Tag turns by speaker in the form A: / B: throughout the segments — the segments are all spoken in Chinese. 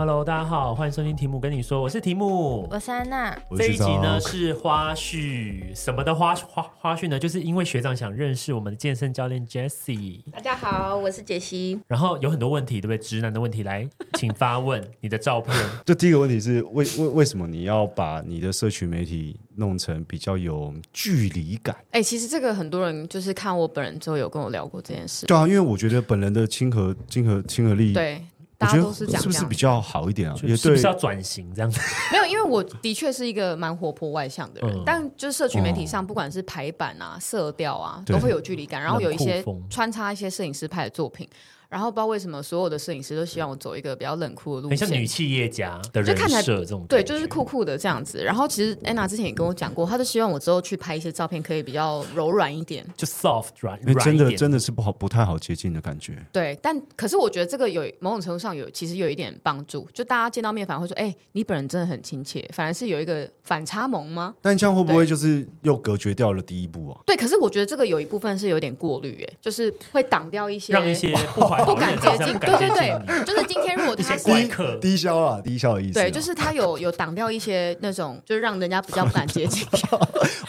A: Hello，大家好，欢迎收听题目跟你说，我是题目。
B: 我是安娜，
A: 这一集
C: 啊
A: 呢是花絮，什么的花花花絮呢？就是因为学长想认识我们的健身教练 Jessie，
B: 大家好，我是杰西。
A: 然后有很多问题，对不对？直男的问题来，请发问你的照 片。
C: 就第一个问题是为为为什么你要把你的社群媒体弄成比较有距离感？
D: 哎、其实这个很多人就是看我本人之后有跟我聊过这件事，
C: 对啊，因为我觉得本人的亲和亲和亲和力，，
D: 对，
C: 我
D: 大
C: 觉
D: 家
C: 得
D: 都是讲
C: 是
D: 这
C: 不是
D: 样
C: 比，较好一点啊？
A: 就
C: 也
A: 是不
C: 对
A: 是，要转型这样子？
D: 没有，因为我的确是一个蛮活泼外向的人，
A: 嗯
D: 但就是社群媒体上，不管是排版啊、色调啊，
C: 对
D: 都会有距离感，然后有一
A: 冷
D: 些
A: 酷风
D: 穿插一些摄影师拍的作品，然后不知道为什么所有的摄影师都希望我走一个比较冷酷的路
A: 很像女
D: 线。
A: 企业家的
D: 就
A: 人
D: 看起来
A: 设这种感觉，
D: 对，就是酷酷的这样子。然后其实 Anna 之前也跟我讲过，她就希望我之后去拍一些照片可以比较柔软一点。
A: 就 soft 软
C: 因为
A: 软
C: 哎真
A: 一
C: 的
A: 点
C: 真的是不好不太好接近的感觉。
D: 对，但可是我觉得这个有某种程度上有其实有一点帮助，就大家见到面反而会说，哎、你本人真的很亲切，反而是有一个反差萌吗？
C: 但这样会不会就是又隔绝掉了第一步啊？
D: 对，可是我觉得这个有一部分是有点过滤，哎，就是会挡掉一些
A: 让一些不怀
D: 不
A: 好
D: 敢
A: 意的
D: 接
A: 长相
D: 近，
A: 不
D: 对
A: 敢接
D: 对
A: 近你
D: 对，就是今天如果
A: 一些
D: 他
A: 怪客。
C: 低消啊，低消的意思啊、
D: 对，就是他有有挡掉一些那种，就是让人家比较不敢接近。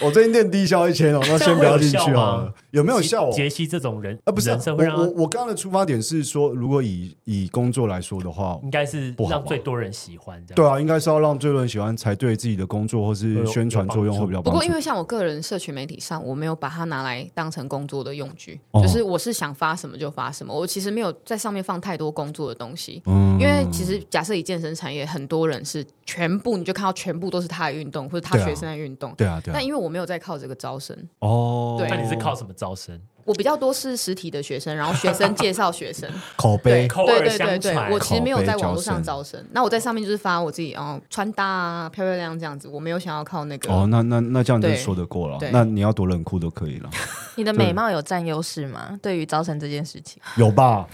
C: 我最近练低哦消一千哦，那
A: 这样
C: 先不要
A: 会有
C: 进
A: 效
C: 去好
A: 吗
C: 了。有没有效哦？
A: 杰西这种人
C: 啊，不是啊、
A: 人设
C: 我
A: 会让他
C: 我我刚刚的出发点是说，如果以以工作来说的话，
A: 应该是
C: 不好
A: 让
C: 吧
A: 最多人喜欢这样。
C: 对啊，应该是要让最多人喜欢，才对自己的工作或
A: 有
C: 是宣传作用会比较
D: 不
C: 帮
D: 过，
C: 助
D: 因。为像我个人社群媒体上，我没有把它拿来当成工作的用具，
C: 哦
D: 就是我是想发什么就发什么，我其实没有在上面放太多工作的东西。
C: 嗯
D: 因为其实假设以健身产业，很多人是全部你就看到全部都是他的运动或者他
C: 对啊
D: 学生的运动。
C: 对啊，对啊
D: 但，因为我没有在靠这个招生，
C: 哦，
D: 对
A: 那你是靠什么招生？
D: 我比较多是实体的学生，然后学生介绍 学生，
C: 口
D: 对
C: 碑
A: 口
D: 对
A: 耳
D: 对对
A: 相
D: 对
A: 传，
D: 我其实没有在网
C: 口
D: 络
C: 碑招
D: 上
C: 生
D: 招生，那我在上面就是发我自己哦穿搭啊漂漂亮亮这样子，我没有想要靠那个、
C: 哦，那那那这样就
D: 对
C: 说得过了
D: 对。
C: 那你要多冷酷都可以了，
B: 你的美貌有占优势吗？对于招生这件事情，
C: 有 吧？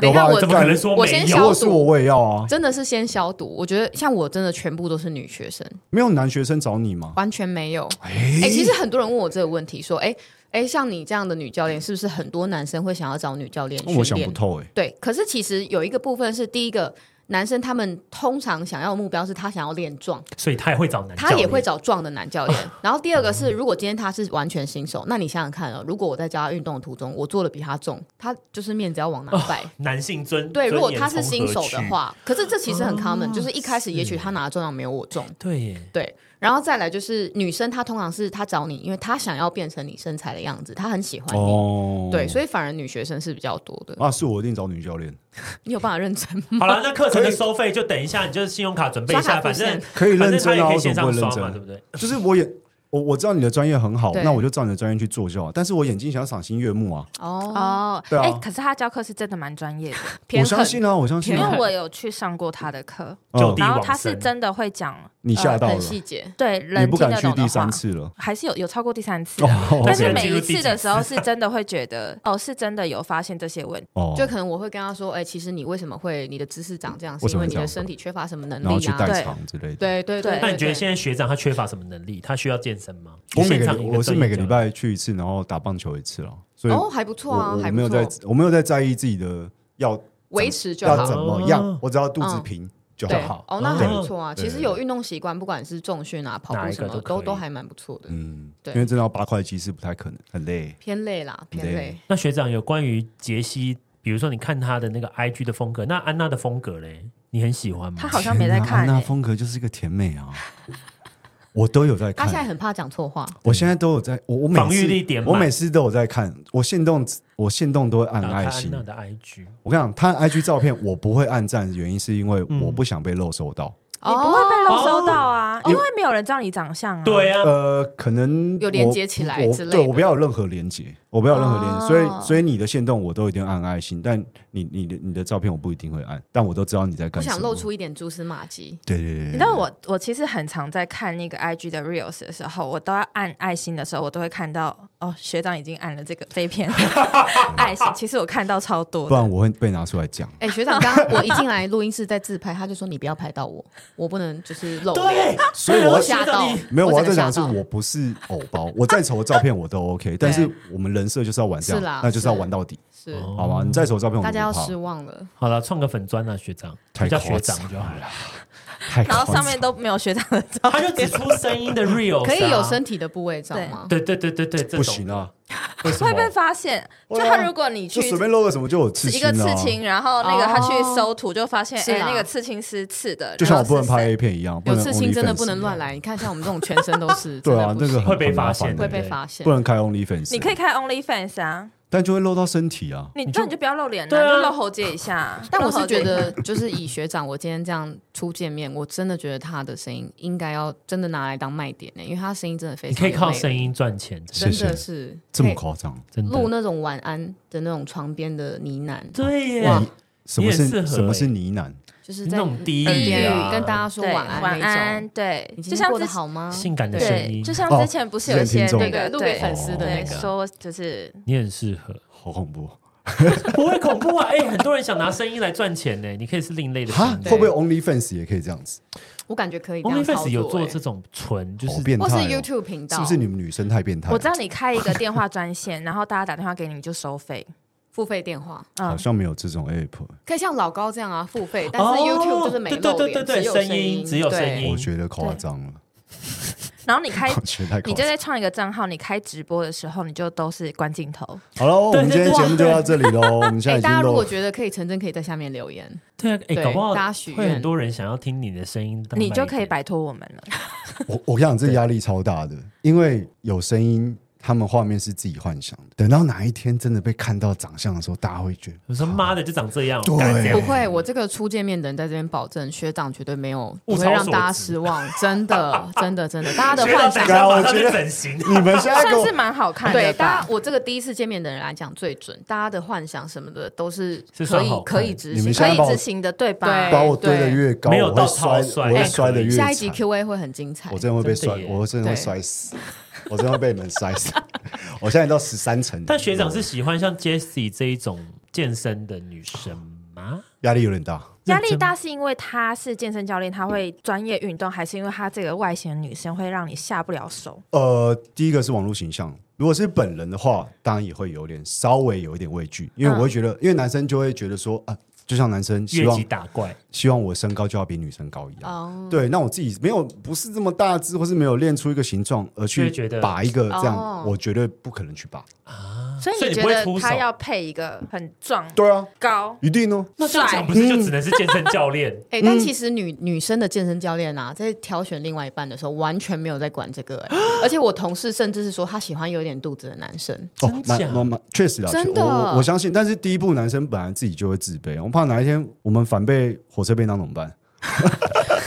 D: 等一
C: 有吧
D: 下我
A: 怎么可能说
D: 我
A: 没
D: 先
C: 如
A: 有？
D: 消
C: 果是我，我也要啊。
D: 真的是先消毒。我觉得像我真的全部都是女学生，
C: 没有男学生找你吗？
D: 完全没有。哎、
C: 哎
D: 其实很多人问我这个问题，说，哎、哎、像你这样的女教练，是不是很多男生会想要找女教练训练？
C: 我想不透哎。
D: 对，可是其实有一个部分是第一个。男生他们通常想要的目标是他想要练壮，
A: 所以他也会找男，
D: 他也会。找壮的男 教练。然后第二个是，如果今天他是完全新手，那你想想看哦，如果我在教他运动的途中，我做的比他重，他就是面子要往哪 摆？
A: 男性尊
D: 对，如果
A: 尊严
D: 他是
A: 从何
D: 新手的
A: 去，
D: 话，可是这其实很 common，、
A: 哦
D: 就是一开始也许他拿的重量没有我重，
A: 对 耶，
D: 对，然后再来就是女生，她通常是她找你，因为她想要变成你身材的样子，她很喜欢你。
C: 哦，
D: 对，所以反而女学生是比较多的。
C: 啊，是我一定找女教练，
D: 你有办法认真吗？
A: 好了，那课程的收费就等一下，你就是信用卡准备一
D: 刷
A: 下，
D: 卡
A: 反
D: 付
A: 正
D: 现
C: 可以
A: 反
C: 认
A: 正他
C: 真
A: 也
C: 啊，
A: 可以
C: 为什
A: 线上
C: 么不会认
A: 刷嘛，对
C: 真？
A: 不对？
C: 就是我也我我知道你的专业很好，
D: 对
C: 那我就照你的专业去做就好。但是我眼睛想要赏心悦目啊，
D: 哦，
B: 哦，
C: 对啊
B: 哎，可是他教课是真的蛮专业的，
C: 我
D: 偏
C: 相
D: 狠。
C: 信啊，我相 信
B: 因
C: 啊。
B: 为我有去上过他的课，
C: 嗯
A: 就地
B: 然后
A: 往
B: 他是
A: 生
B: 真的会讲，
C: 你吓到了
D: 呃很，细节，
B: 对
C: 你
B: 人
C: 不
B: 听
C: 敢
B: 得
C: 去
B: 懂
C: 第
B: 的话
C: 三，次了。
B: 还是有有超过第三次的。
C: 哦
B: 但
A: 竟
B: 是
A: 然
B: 每
A: 进入
B: 一
A: 第
B: 次
A: 几
B: 的时候是真的会觉得，哦，是真的有发现这些问题，
C: 哦，
D: 就可能我会跟他说，哎、其实你为什么会你的姿势长这样，是
C: 为什
D: 因
C: 么
D: 为
C: 会
D: 你
C: 这样
D: 的身体缺乏什么能
C: 然后
D: 力
C: 去
D: 啊？
C: 代场之类的。
D: 对对对。
B: 对
A: 那你觉得现
D: 在
A: 在学长他缺乏什么能力？他需要健身吗？
C: 我每
A: 现
C: 个
A: 场
C: 礼
A: 一
C: 我是
A: 正
C: 每个
A: 教
C: 礼拜去一次，然后打棒球一次了，所以
D: 哦，还不错
C: 我
D: 啊，
C: 我
D: 还
C: 没
D: 不
C: 有在
D: 错，
C: 我没有在在意自己的要
D: 维持就
C: 要
D: 好嗯
C: 怎。么
A: 哦
C: 样，我只要肚子平就
D: 对，
C: 好。
D: 哦，那
A: 嗯
D: 还不错啊。
C: 对
D: 其实有运动习惯，不管是重训啊、跑
A: 哪
D: 步
A: 一
D: 什
A: 个
D: 么，
A: 都可
D: 都
A: 以
D: 都还蛮不错的。
C: 嗯，
D: 对
C: 因为真的要八块肌是不太可能，很累。
D: 偏累啦，偏累
C: 累。
A: 那学长有关于杰西，比如说你看他的那个 IG 的风格，那安娜的风格嘞，你很喜欢吗？
B: 他好像没在
C: 天哪
B: 看
C: 那
B: 欸。
C: 风格就是一个甜美啊，我都有在
D: 他现在
C: 看。
D: 很怕讲错话，
C: 我现在都有在，我我每
A: 防御力点
C: 次
A: 满
C: 我每次都有在看，我限动我限动都会按
A: 打开
C: 爱
A: 安
C: 心。
A: 娜的 IG，
C: 我跟你讲，他的 IG 照 片我不会按赞，原因是因为
D: 嗯
C: 我不想被漏收到。
B: 你不会被漏收
A: 哦
B: 到啊，因为没有人知道你长相啊。
A: 对啊，
C: 呃，可能
D: 有连
C: 我
D: 接起来
C: 我
D: 之类
C: 对我
D: 的
C: 不要有任何连接，我不要有任何连接，所
D: 哦
C: 以所以你的线动我都一定按爱心，但你你的你的照片我不一定会按，但我都知道你在
D: 不
C: 干什么。
D: 想露出一点蛛丝马迹。
C: 对对对对，
B: 你知道我我其实很常在看那个 IG 的 reels 的时候，我都要按爱心的时候，我都会看到哦，学长已经按了这个飞 片爱心。其实我看到超多
C: 不
B: 的，
C: 然我会被拿出来讲。
D: 哎，学长，刚刚我一进来录音室在自拍，他就说你不要拍到我。我不能就是露脸。
A: 对，
C: 所以 我要
A: 觉
D: 吓
A: 得
D: 到
A: 你
C: 没有，我
D: 我
C: 要
D: 整
C: 再讲
D: 个吓
C: 的是，
D: 到。
C: 我不是偶 包，我再丑的照片我都 OK，但是我们人设就是要玩这样
D: 是啦，
C: 那就是要
D: 是
C: 玩到底，
D: 是
C: 好吗？你再丑的照片我
D: 大
C: 们不
D: 家要
C: 怕
D: 失，望了。
A: 好了，创个粉砖啊，学长，
C: 太
A: 叫
C: 夸
A: 学长
C: 张
A: 就好了。
C: 太
B: 然后
C: 夸
B: 上
C: 张
B: 面都没有学长的
C: 哦
B: 照
A: 他
B: 片，
A: 就只出声 音的啊 real，
D: 可以
C: 啊
D: 有。身体的部位照
B: 对
D: 吗？
A: 对对对对对，这种
C: 不行啊，
A: 为什么
B: 会被发现。就
C: 对啊
B: 他如果你
C: 就
B: 去
C: 随便露个什么就有刺
B: 一
C: 青
B: 个
C: 啊，
B: 刺青，然后那个他去
D: 哦
B: 搜图就发现，
D: 是
B: 哎，
D: 啊
B: 那个刺青师刺的，
C: 就像我
B: 然后
C: 不能
B: 是
C: 拍
B: 谁
C: A 片一样，
D: 有
C: 能
D: 刺青真的
C: OnlyFans
D: 不能乱来。你看，像我们这种全身都是，
C: 对啊，
D: 真的
C: 那
A: 会
C: 个很
D: 不行
A: 被
C: 很麻
A: 发现
C: 烦的
A: 的
D: 会被发现
C: 不。能开 OnlyFans，
B: 你可以，开 OnlyFans 啊，
C: 但就会露到身体啊。
B: 你
A: 你就
B: 那你就不要露脸
A: 对
B: 啊，
A: 啊
B: 就露喉结一下。
D: 但我
B: 露
D: 是
B: 喉结
D: 觉得，就是以学长我今天这样初见面，我真的觉得他的声音应该要真的拿来当卖点呢、欸因为他声音真的非
A: 你
D: 常
A: 可以靠
D: 有魅力
A: 声，音赚钱，
C: 谢
D: 真
C: 谢
D: 的，是
C: 这么
D: 可以
C: 夸张？
A: 真
D: 录
A: 的。
D: 那种晚安的那种床边的呢喃，
A: 对耶
D: 哇，
C: 什么是
A: 你也适合
C: 什么
A: 欸
C: 是呢喃？
D: 就是
A: 那
D: 在
A: 种低
D: 耳
A: 语
D: 边
A: 啊，
D: 语跟大家说
B: 对
D: 晚安
B: 晚
D: 那
B: 安，
D: 种。
B: 对
D: 你，今
B: 就
D: 天
B: 像
D: 过得
B: 之前
D: 好吗？
A: 性感的声
B: 对，
A: 音
B: 就，像
C: 哦
B: 之前不是有一些
C: 之前
B: 那
C: 听
B: 个
D: 众录给
B: 对
D: 粉丝的
B: 对
D: 那个
B: 说就是
A: 你很适合，
C: 好恐怖
A: 不会恐怖啊！哎，很多人想拿声音来赚钱呢，你可以是另类的
C: 哈！
A: 声
C: 会不
A: 音。
C: 会 OnlyFans 也可以这样子？
D: 我感觉可以这样操
A: OnlyFans
D: 作、
A: 有做
D: 欸
A: 这种纯，就
C: 好
A: 是
C: 变
D: 或是
C: 态哦！
D: YouTube 频道，
C: 是不是你们女生太变态？
B: 我知道，你开一个电话专线，然后大家打电话给你，你就收费。
D: 付费电话？
B: 嗯
C: 好像没有这种 app，
D: 可以像老高这样啊，付费，但是
A: 哦
D: YouTube 就是没露脸，
A: 对对对对对
D: 只有
A: 声音
D: 音，
A: 只有声
D: 对哎
A: 音
C: 我觉得夸张了，
B: 然后你开，
C: 我觉得太夸
B: 你就
C: 张。
B: 在创一个账号，你开直播的时候，你就都是关镜头。
C: 好了，我
A: 对
C: 们今
A: 对
C: 天
A: 对
C: 节目就到这里喽。我们现在
D: 哎，
C: 已
D: 大家
C: 经
D: 如
C: 都
D: 果觉得可以成真，可以在下面留言。
A: 对啊，哎，
D: 对
A: 搞不好
D: 大家许愿
A: 会很多人想要听你的声音，
B: 你就可以。摆脱我们了。
C: 我我跟你讲，这压力超大的，因为有声音，他们画面是自己幻想的。等到哪一天真的被看到长相的时候，大家会觉得
A: 我说妈的，就长这样，
C: 对
A: 敢这样
D: 不会，我这个初见面的人在这边保证，学长绝对没有
A: 物
D: 不
A: 超
D: 会
A: 所
D: 让
A: 值
D: 大家失望，真的，真 的，真的，大家的
A: 学长
D: 幻
A: 等
D: 想
A: 一。下马上
C: 我觉
A: 就
C: 得
A: 整形。
C: 你们现在给
B: 算
C: 我
B: 是蛮好看
D: 对，
B: 的
D: 大家
B: 吧？
D: 我这个第一次见面的人来讲最准，大家的幻想什么的都是
A: 是
D: 可
A: 算
D: 以
A: 好看
D: 可以执
C: 你
D: 行
C: 们。
B: 可
C: 现在
B: 以
C: 把我
B: 执行的，对吧？
C: 把我堆的越高，
A: 没有
C: 我
A: 到
C: 会
A: 超
C: 摔，
A: 帅
C: 我会
A: 哎
C: 摔的越
D: 下一集
C: 惨
D: Q&A 会很精彩
C: 我，真的会被
A: 真的
C: 摔，
A: 耶
C: 我真的会
D: 对
C: 摔死，我真的会被你们摔死。 我现在到十三层，
A: 但学长是喜欢像 Jessie 这一种健身的女生吗？
C: 压力有点大，
B: 压力大是因为她是健身教练，她会专业运动，还是因为她这个外形的女生会让你下不了手？
C: 呃，第一个是网络形象，如果是本人的话，当然也会有点稍微有一点畏惧，因为我会觉得，因为男生就会觉得说啊，就像男生希
A: 越
C: 望
A: 级打怪，
C: 希望我身高就要比女生高一样。
D: 哦
C: 对，那我自己没有不是这么大只，或是没有练出一个形状而
A: 就
C: 去
A: 会觉得
C: 把一个这样，
D: 哦
C: 我绝对不可能去把。
B: 所以
A: 所以你
B: 你觉
A: 不会
B: 得
A: 出手
B: 她要配一个很壮、
C: 对啊，
B: 高、
C: 一定哦。
A: 那这样讲不是就只能是健身教练？
D: 哎、但其实女、女生的健身教练啊，在挑选另外一半的时候，完全没有在管这个、 欸。而且我同事甚至是说，他喜欢有点肚子的男 生。
A: 真
C: 哦，
A: 假
C: 蛮蛮蛮，确实啊，
D: 真的
C: 我我我相信。但是第一步，男生本来自己就会自卑，我怕哪一天我们反被火车便当怎么办？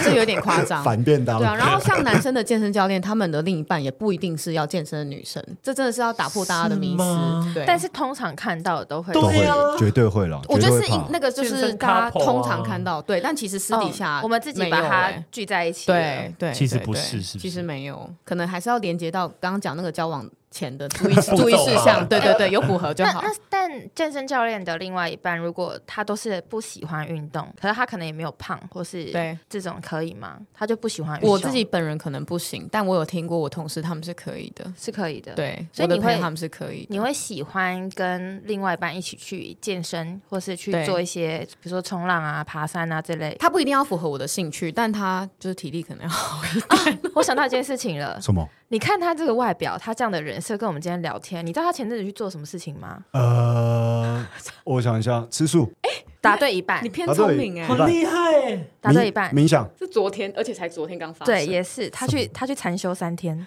D: 这有点夸张。
C: 反便当
D: 对啊，然后像男生的健身教练，他们的另一半也不一定是要健身的女生，这真的是要打破大家的迷
A: 是吗
D: 思。对，
B: 但是通常看到的都会
A: 都
C: 都
A: 对
C: 会
A: 啊
C: 绝对会了。
D: 我觉
C: 绝
D: 得是
C: 对会
D: 一
C: 怕
D: 那个就
A: 健
D: 是
A: 身
D: 大家
A: couple 啊
D: 通常看到，对，但其实私底下、欸
B: 嗯我们自己把
D: 它。
B: 它聚在一起了。
D: 对对，
A: 其实
D: 对
A: 不
D: 对
A: 是是不
D: 其实
A: 是
D: 没有，可能还是要连接到刚刚讲那个交往前的 注意
A: 步骤啊
D: 注意事
A: 吧
D: 项，对对对，有符合就
B: 那
D: 好。
B: 那但健身教练的另外一半，如果他都是不喜欢运动，可是他可能也没有胖，或是
D: 对
B: 这种可以吗？他就不喜欢运动，
D: 我自己本人可能不行，但我有听过我同事他们是可以的，
B: 是可以的。，
D: 对，
B: 所以
D: 我的
B: 你
D: 朋友
B: 会
D: 他们是可以的。
B: 你会喜欢跟另外一半一起去健身，或是去
D: 对
B: 做一些，比如说冲浪啊、爬山啊这类。
D: 他不一定要符合我的兴趣，但他就是体力可能 要好一点。
B: 我想到一件事情了，
C: 什么？
B: 你看他这个外表，他这样的人设，跟我们今天聊天，你知道他前阵子去做什么事情吗？
C: 呃，我想一下，吃素，
B: 答对一半
A: 啊
D: 你，偏
C: 答对
D: 聪
B: 欸
D: 明哎、
A: 好厉害哎！
B: 答对一半。
C: 冥冥想
D: 是昨天，而且才昨天刚发
B: 对，也是他去他去禅修三天，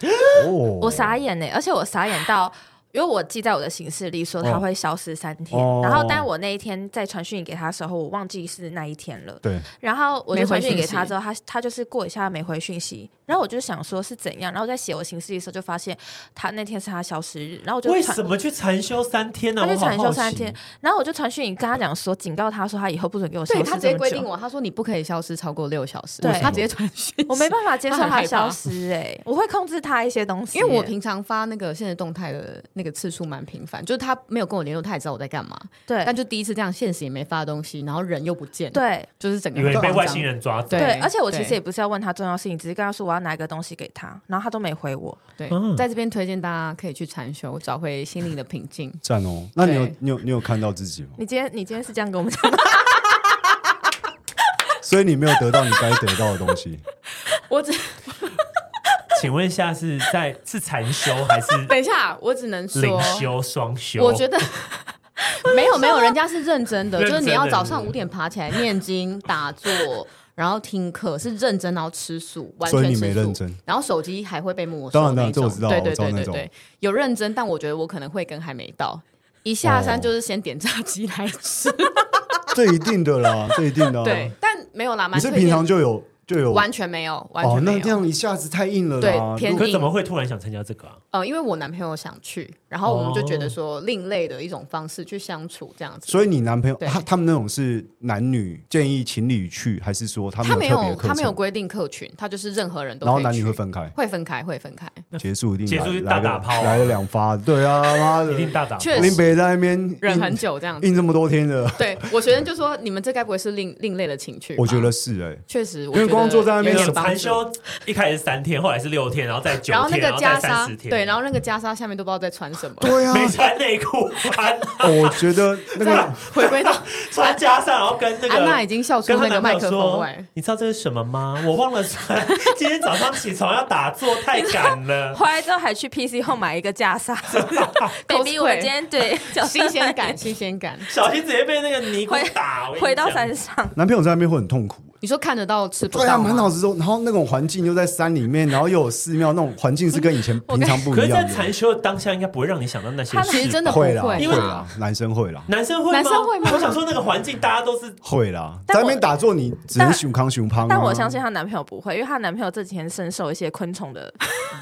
C: 哦，
B: 我傻眼呢、而且我傻眼到，因为我记在我的行事历说它会消失三天，
C: 哦
B: 然后但我那一天在传讯给他的时候，我忘记是那一天了。
C: 对，
B: 然后我就传讯
D: 没回
B: 给
D: 讯息
B: 他之后，他他就是过一下没回讯息，然后我就想说是怎样，然后在写我行事历的时候就发现他那天是他消失日，然后我就
A: 为
B: 传
A: 什么去禅修三天呢？啊
B: 他去
A: 我好
B: 禅
A: 好
B: 修
A: 奇
B: 三天，，然后我就传讯跟他讲说，警告他说他以后不准给我消
D: 对
B: 失
D: 他直
B: 这
D: 接
B: 么
D: 规
B: 久
D: 定我，他说你不可以消失超过六小时，
B: 对
D: 他直接传讯息，
B: 我没办法接受
D: 他很
B: 他
D: 害怕
B: 消失哎、我会控制他一些东西欸、
D: 因为我平常发那个现实动态的那那个次数蛮频繁，就是他没有跟我联络，他也知道我在干嘛，
B: 对
D: 但就第一次这样，现实也没发东西，然后人又不见，，
B: 对
D: 就是整个
A: 以为
D: 很
A: 被
D: 慌
A: 外
D: 张
A: 星人抓走。
D: 对
B: 对，而且我其实
D: 对
B: 也不是要问他重要事情，只是跟他说我要拿一个东西给他，然后他都没回我。
D: 对
A: 嗯，
D: 在这边推荐大家可以去禅修，找回心灵的平静。
C: 赞哦！那你有
D: 对
C: 你有你有看到自己吗？
B: 你今天你今天是这样跟我们讲 的，
C: 所以你没有得到你该得到的东西。
D: 我只
A: 请问一下，是在是禅修还是
D: 等一下，我只能说，
A: 灵修、双修？
D: 我觉得没有没有，人家是认真的，
A: 认
D: 就
A: 真
D: 是你要
A: 的
D: 早上五点爬起来念经、打坐，然后听课，是认真，然后吃素， 完
C: 所以
D: 全
C: 你
D: 吃素。
C: 没认真
D: 然后手机还会被没收。
C: 当然
D: 那
C: 当然这我
D: 种
C: 知道
D: 对
C: 我
D: 对
C: 知道
D: 对
C: 那
D: 对
C: 种
D: 对，有认真，但我觉得我可能会跟还没到。一下山就是先点炸鸡来吃，
C: 这一定的 啦，这一定的、啊。
D: 对，，但没有啦，
C: 你
D: 蛮
C: 是
D: 推
C: 平常
D: 荐，
C: 就有就有
D: 完全没有，完
C: 哦，
D: 全没
C: 那
D: 有
C: 这。样一下子太硬了啦。
D: 对偏
C: 如
A: 可是怎么会突然想参加这个啊？
D: 呃，因为我男朋友想去，然后我们就觉得说另类的一种方式去相处这样子。
C: 哦所以你男朋友
D: 对
C: 他他们那种是男女建议情侣去，还是说他
D: 他
C: 们
D: 没
C: 有特别
D: 有
C: 的课
D: 他
C: 程？
D: 没有规定客群，他就是任何人都
C: 然后
D: 可以
C: 男女
D: 去
C: 会分开，
D: 会分开，会分开。
C: 结束一定
A: 结束
C: 来
A: 就
C: 来
A: 大
C: 了
A: 打炮啊
C: 来了两发，对啊，妈
A: 一
C: 的，
A: 定大打炮，
D: 确实
C: 林北在那边
D: 忍
C: 硬
D: 很久这样子。
C: 硬这么多天了，
D: 对我学生就说：“你们这该不会是另另类的情趣吧？”
C: 我觉得是哎，
D: 确实，因
C: 因为光坐在那边
A: 因为
C: 有
A: 有禅，修一开始是三天，后来是六天，然后再九天，
D: 然
A: 然
D: 后那个
A: 再
D: 袈
A: 三十
D: 裟，
A: 天，
D: 对，然后那个袈裟下面都不知道在穿 什么，
C: 对啊，
A: 没穿内裤，穿
C: 哦我觉得 那个
D: 回归到
A: 穿袈裟，然后跟
C: 啊
A: 那个
D: 安娜已经笑出
A: 跟她
D: 那个
A: 男朋友
D: 麦克风哎
A: 说
D: 外，，
A: 你知道这是什么吗？我忘了穿， 今天早上起床要打坐，太赶了。
B: 回来之后还去 PC 后买一个袈裟 ，baby，我
D: Cosplay
B: 今天 对
D: 新鲜感，新鲜感。
A: 小心直接被那个尼姑
B: 回
A: 打，我跟你
B: 回到
A: 讲
B: 山上。
C: 男朋友在那边会很痛苦。
D: 你说看得到吃不
C: 对啊，
D: 到
C: 满脑
D: 吗？
C: 子都，然后那种环境又在山里面，然后又有寺庙，那种环境是跟以前平常不
A: 可
C: 一
A: 是，在
C: 样
A: 禅
C: 的。
A: 修的当下，应该不会让你想到那些
D: 他
A: 事。
D: 其实真的不
C: 会啦，
A: 因
C: 会
A: 为
C: 啦，男生会啦，
A: 男生会吗？
D: 男生会吗
A: 我想说那个环境，大家都是
C: 会啦，
B: 但我
C: 在那边打坐，你只能熊康熊胖啊。
B: 但我相信她男朋友不会，因为她男朋友这几天深受一些昆虫的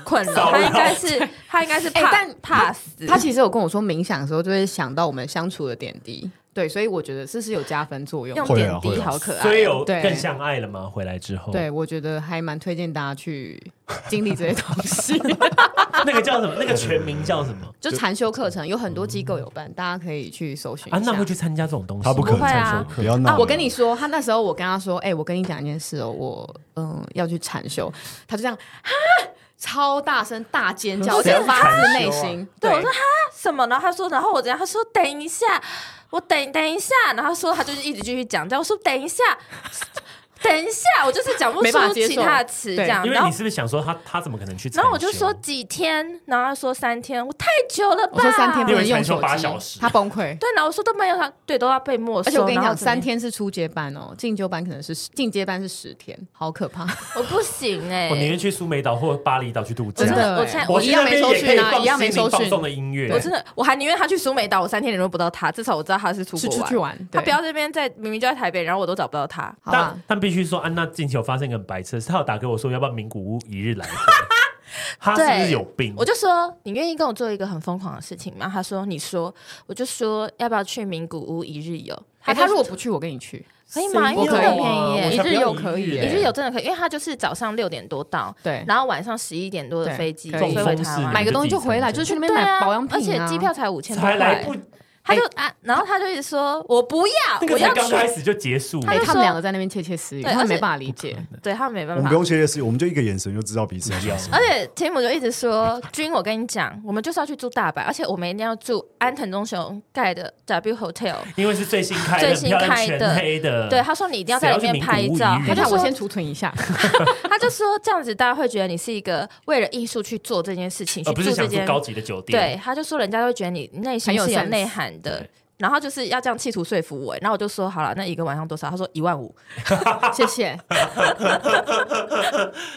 B: 困扰，
A: 骚扰
B: 他应该是他应该是怕、
D: 哎但
B: 怕死。
D: 他其实有跟我说，冥想的时候就会想到我们相处的点滴，对，所以我觉得这是有加分作用
B: 用
D: 的。
C: 会啊
B: 点
C: 会
B: 滴
C: 啊
B: 好可爱哦，
A: 所以有
D: 对
A: 更相爱了吗？回来之后，
D: 对，，我觉得还蛮推荐大家去经历这些东 西。
A: 那个叫什么？那个全名叫什 么？
D: 就禅修课程有很多机构有办，大家可以去搜寻一下。
A: 安娜啊会去参加这种东西吗？
C: 他不可
B: 不
C: 能
B: 会啊
C: 禅修，不要闹了。
D: 啊我跟你说，他那时候我跟他说，哎、我跟你讲一件事哦，我嗯要去禅修，他就这样啊，超大声大尖 叫，
A: 谁要
D: 是发自
A: 禅
D: 内
A: 修啊
D: 心。
B: 对我说哈什么？然后他说，然后我怎样？他说等一下，我等等一下，然后他说他就是一直继续讲，这样我说等一下，等一下，我就是讲不
D: 没办
B: 出
D: 法接
B: 其
D: 受
B: 他的词这
D: 对
B: 样，
A: 因为
B: 然后
A: 你。是不是想说他他怎么可能去啊禅修？
B: 然后我就说几天，然后他说三天，我太久了吧？
D: 我说三天不
A: 因为
D: 能用
A: 禅修
D: 手
A: 八小时
D: 机，他崩溃。
B: 对，然后我说都没有，他对都要被没收。
D: 而且我跟你
B: 然后
D: 讲，
B: 怎么样
D: 三天是初阶班哦，进修班可能是十进阶班是十天，好可怕！
B: 我不行哎、
A: 我宁愿去苏梅岛或巴厘岛去度假
B: 真。
D: 真的
B: 的，我
D: 欸
B: 现在
A: 我
B: 我
A: 去
D: 一样
A: 那边
D: 没收
A: 也可以
D: 讯啊
A: 放
D: 一样没
A: 心灵
D: 收
A: 放
D: 讯
A: 松的音乐，
B: 我真的我还宁愿他去苏梅岛，我三天联络不到他，至少我知道他是出
D: 是
B: 国
D: 出去玩，
B: 他
D: 对
B: 不要这边在明明就在台北，然后我都找不到他。
D: 好啊吧
A: 但？但必须说，安娜近期有发生一个很白痴的事，她有打给我说要不要名古屋一日来 回，她是不是有病？
B: 我就说你愿意跟我做一个很疯狂的事情吗？他说你说，我就说要不要去名古屋一日游？
D: 哎，
B: 就
D: 他如果不去，我跟你去，
B: 可以吗？因
D: 我
B: 为
D: 可
B: 真
D: 以
B: 的很便宜
D: 一
B: 耶，
D: 日游可以
B: 一
D: 耶
B: 日游真的可以，因为他就是早上六点多到，
D: 对，
B: 然后晚上十一点多的
D: 对
B: 飞机
D: 可
B: 飞
D: 以
B: 回台
A: 中风式
B: 湾，
D: 买个东西就回来，就是去那边买保养品
B: 对啊
D: 啊
B: 而且机票才五千多
A: 才来
B: 块
A: 不，，
B: 他就啊，然后他就一直说我不
A: 那
B: 要，
A: 个
B: 我
A: 才
B: 要
A: 刚开
B: 去，
A: 始就结束了
B: 他
D: 哎，
B: 就
D: 他
B: 说
D: 们两个在那边窃窃私语，
B: 对
D: 他们
B: 而且
D: 没办法理解。
B: 对他没
C: 我
B: 办
C: 们
B: 法
C: 不。用切切事，我们就一个眼神就知道彼此要 什么。
B: 而且 Tim 就一直说，君，我跟你讲，我们就是要去住大阪，而且我们一定要住安藤忠雄盖的 W Hotel。
A: 因为是最新开的，
B: 最新
A: 很漂亮
B: 开的
A: 全黑的，
B: 对，他说你一定要在里面拍
A: 嗯
B: 照，
A: 谁
B: 他
A: 要去名古屋一日游
D: 等一
B: 就
D: 下，我
B: 说
D: 先储存 一下。
B: 他就说这样子，大家会觉得你是一个为了艺术去做这件事情，去
A: 呃而不是
B: 住这
A: 想住
B: 间。
A: 高级的酒店。
B: 对，他就说人家会觉得你内心
D: 很有
B: 是有
D: sense
B: 内涵的
A: 对。
B: 然后就是要这样企图说服我，然后我就说好了，那一个晚上多少？他说一万五，
D: 谢谢。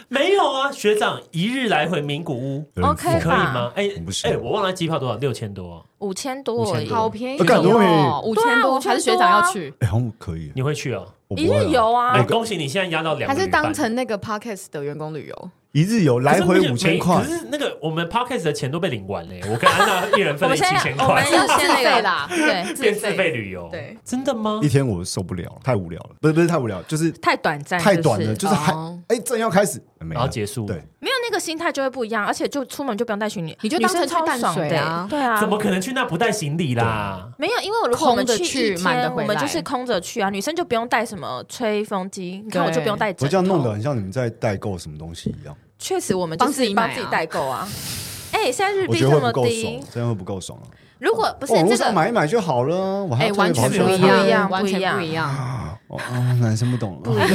A: 没有啊，学长一日来回名古屋
C: 有人付
B: OK
A: 可以吗？哎
C: 不行
A: 哎，我忘了机票多少，六千多，啊
B: 五千多而已，
D: 好便宜
C: 呃干多便宜
D: 哦，五千多，
B: 对啊
D: 还是学长要去？
C: 哎，好像可以，
A: 你会去哦？
C: 我
B: 一
C: 不会
B: 日
C: 啊
B: 游啊
A: 哎，，恭喜你现在压到两
D: 还
A: 个
D: 是
A: 旅伴，
D: 当成那个 podcast 的员工旅游？
C: 一日游来回五千块
A: 可，是那个我们 podcast 的钱都被领完嘞，我跟安娜一人分了
B: 我
A: 一
B: 们现在
A: 千
B: 我
A: 块
B: 们，要先那个
D: 自费啦
B: 对，
A: 变自费旅游，
D: 对，
A: 真的吗
C: 一？天我受不了了，太无聊了，不是不是太无聊，就是
B: 太短暂，
C: 太短了，
B: 就是
C: 就是还
D: 哦
C: 哎正要开始，没
A: 然后结束，
C: 对，
B: 没有那个心态就会不一样，而且就出门就不用带行李，
D: 你就
B: 女
D: 当成
B: 生超
D: 去淡
B: 爽
D: 水
B: 的
D: 啊
B: 对啊，
A: 怎么可能去那不带行李啦？
B: 没有，因为我如果我们
D: 空着
B: 去一
D: 去满
B: 天，
D: 的
B: 我
D: 回来
B: 们就是空着去啊，女生就不用带什么吹风机，你看
D: 对
B: 我就不用带枕
C: 我这样弄得
B: 头。
C: 很像你们在代购什么东西一样，
B: 确实，我们就是
D: 帮自己买啊
B: 帮自己代购啊。 哎，现在日
C: 我
B: 币
C: 觉得
B: 这
C: 会不
B: 么
C: 够爽
B: 低，，
C: 这样会不够爽啊！
B: 如果不是
C: 网络
B: 这
C: 上
B: 个，
C: 买一买就好了，我还
D: 哎、
C: 要特别
D: 完全
C: 跑去
D: 不
C: 那
D: 一
C: 边
B: 不一样
D: 样，完全
B: 不
D: 不
B: 一
D: 一样。
C: 哦，啊男生不懂了。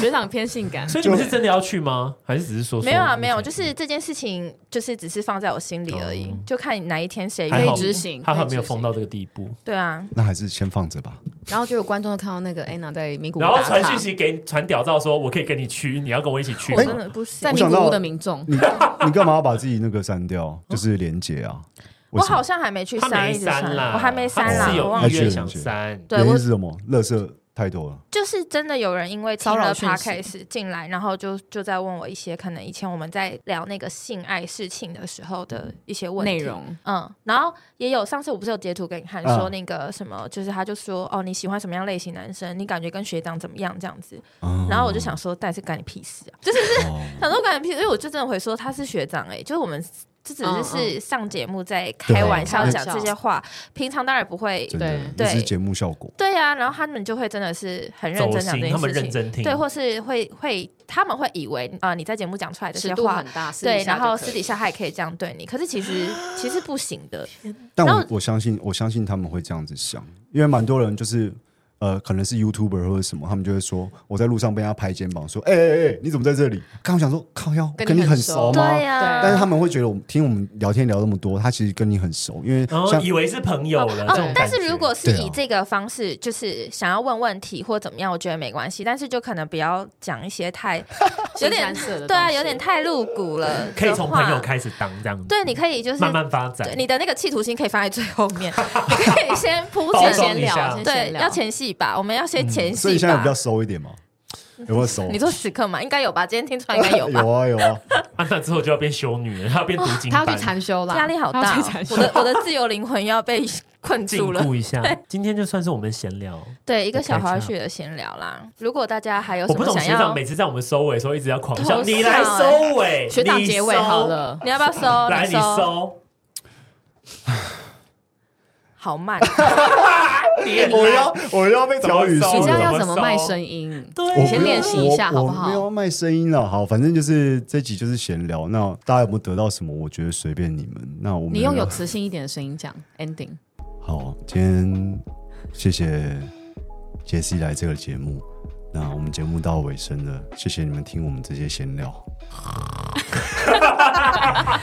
D: 学长偏性感，
A: 所以你们是真的要去吗？还是只是说说
B: 没有啊，没有，就是这件事情，就是只是放在我心里而已，就看哪一天谁
A: 还好
D: 可以执行
A: 还好
D: 可以
A: 没
D: 执
A: 有疯
D: 行
A: 到这个地步。
B: 对啊，
C: 那还是先放着吧。
D: 然后就有观众看到那个 Anna 在名古屋
A: 然后
D: 打
A: 传讯
D: 卡，
A: 息给传屌照说，我可以跟你去，你要跟我一起去
B: 我
A: 吗。
B: 真的不行
D: 在。
C: 我
D: 名
C: 想
D: 古
C: 到
D: 屋的民众，
C: 你你干嘛要把自己那个删掉？就是连接啊。
B: 嗯我好像还没去
A: 他
B: 删，
A: 没
B: 一直删
A: 删啦，
B: 我还没删
A: 他
B: 啦
A: 只是，
B: 我
A: 有
B: 忘
A: 意
B: 了。
A: 愿想删。
B: 对
C: 原因
B: 我
C: 是什么？垃圾太多了。
B: 就是真的有人因为听
D: 骚
B: 了
D: 扰讯息
B: podcast 进来，然后就就在问我一些可能以前我们在聊那个性爱事情的时候的一些问题
D: 内。容，啊
B: 嗯，然后也有上次我不是有截图给你看，
C: 嗯
B: 说那个什么，就是他就说哦，你喜欢什么样类型男生？你感觉跟学长怎么样这样子？
D: 嗯
B: 然后我就想说，但是干你屁事啊！就是
C: 哦
B: 想说干你屁事，因为我就真的会说他是学长哎、就是我们这只是
D: 嗯嗯
B: 是上节目在开玩笑讲这些话，平常当然不会
C: 真的，这
B: 对
C: 是节目效果。
B: 对呀、然后他们就会真的是很认
A: 走
B: 真讲这
A: 心，
B: 件
A: 他们
B: 事
A: 认
B: 情，
A: 真听。
B: 对，或是会会他们会以为啊、呃你在节目讲出来这
D: 尺
B: 些
D: 度
B: 话
D: 很，大，私底
B: 对，
D: 下
B: 然后
D: 就可以
B: 私底下他也可以这样对你，可是其 实其实不行的，
C: 但
B: 然
C: 我
B: 后
C: 我相信，我相信他们会这样子想，因为蛮多人就是呃，可能是 YouTuber 或者什么，他们就会说我在路上被人家拍肩膀，说哎哎哎，你怎么在这里？刚我想说靠腰，
D: 跟你
C: 跟你
D: 很
C: 很
D: 熟
C: 熟吗？
B: 对呀、啊
D: 对
C: 但是他们会觉得我们听我们聊天聊那么多，他其实跟你很熟，因为
A: 然后
C: 像
A: 哦以为是朋友了，这
B: 哦
A: 种，
B: 但
A: 感
B: 是
A: 觉
B: 如果是
C: 对
B: 以
C: 啊
B: 这个方式，就是想要问问题或怎么样，我觉得没关系，但是就可能不要讲一些太有点
D: 新三色的东西
B: 对啊，有点太露骨了的话，
A: 可以从朋友开始当这样子，
B: 对，你可以就是
A: 慢慢发展
B: 对。你的那个企图心可以放在最后 面，你可以先铺
A: 包
B: 陈
A: 装
D: 先
A: 一下
D: 聊，先
B: 对，
D: 聊
B: 要前戏吧，我们要先前
C: 所以
B: 戏
C: 现在
B: 吧
C: 比。较熟一点嘛，有没有
A: 哦
C: 熟？
B: 你说时刻嘛，应该有吧？今天听出来应该有 吧？
C: 有啊有啊，
A: 啊，那之后就要变修女了，她要变读经
D: 他
A: 班
D: 要，去禅
A: 啊
D: 修啦，
B: 压力好大
D: 他
B: 哦、
D: 要去禅修
B: 我的我的自由灵魂要被困
A: 禁
B: 住了。
A: 锢一下。今天就算是我们闲聊，
B: 对，一个小
A: 我开
B: 花
A: 一下
B: 絮的闲聊啦。如果大家还有
A: 我
B: 什
A: 不
B: 么
A: 懂
B: 想
A: 学长
B: 要，
A: 每次在我们收尾的时候一直要狂笑，
B: 偷笑欸
A: 你来收尾，
D: 学长
A: 你
D: 结尾
A: 收
D: 好，了，
B: 你要不要
C: 哦
B: 收？
A: 来
B: 你
A: 你
B: 收，
A: 收，
B: 好慢。
A: 你
C: 我要我要被调语
A: 怎
C: 速
D: 你
A: 么
D: 知道
A: 收
C: 了。
D: 要怎么卖声音？
A: 对
C: 我
A: 啊，
D: 你先练习一下好不好
C: 我没有要卖声音了，好，反正就是这集就是闲聊。那大家有没有得到什么？我觉得随便你们。那我们
D: 你用有磁性一点的声音讲 ending。
C: 好，今天谢谢杰西来这个节目。那我们节目到尾声了，谢谢你们听我们这些闲聊。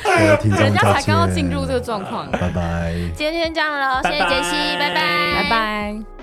C: 各位听众，
D: 人家才刚刚
C: 再见
D: 进入这个状况，
C: 拜拜。
B: 今天就先这样了，谢谢杰西，拜拜，
D: 拜拜。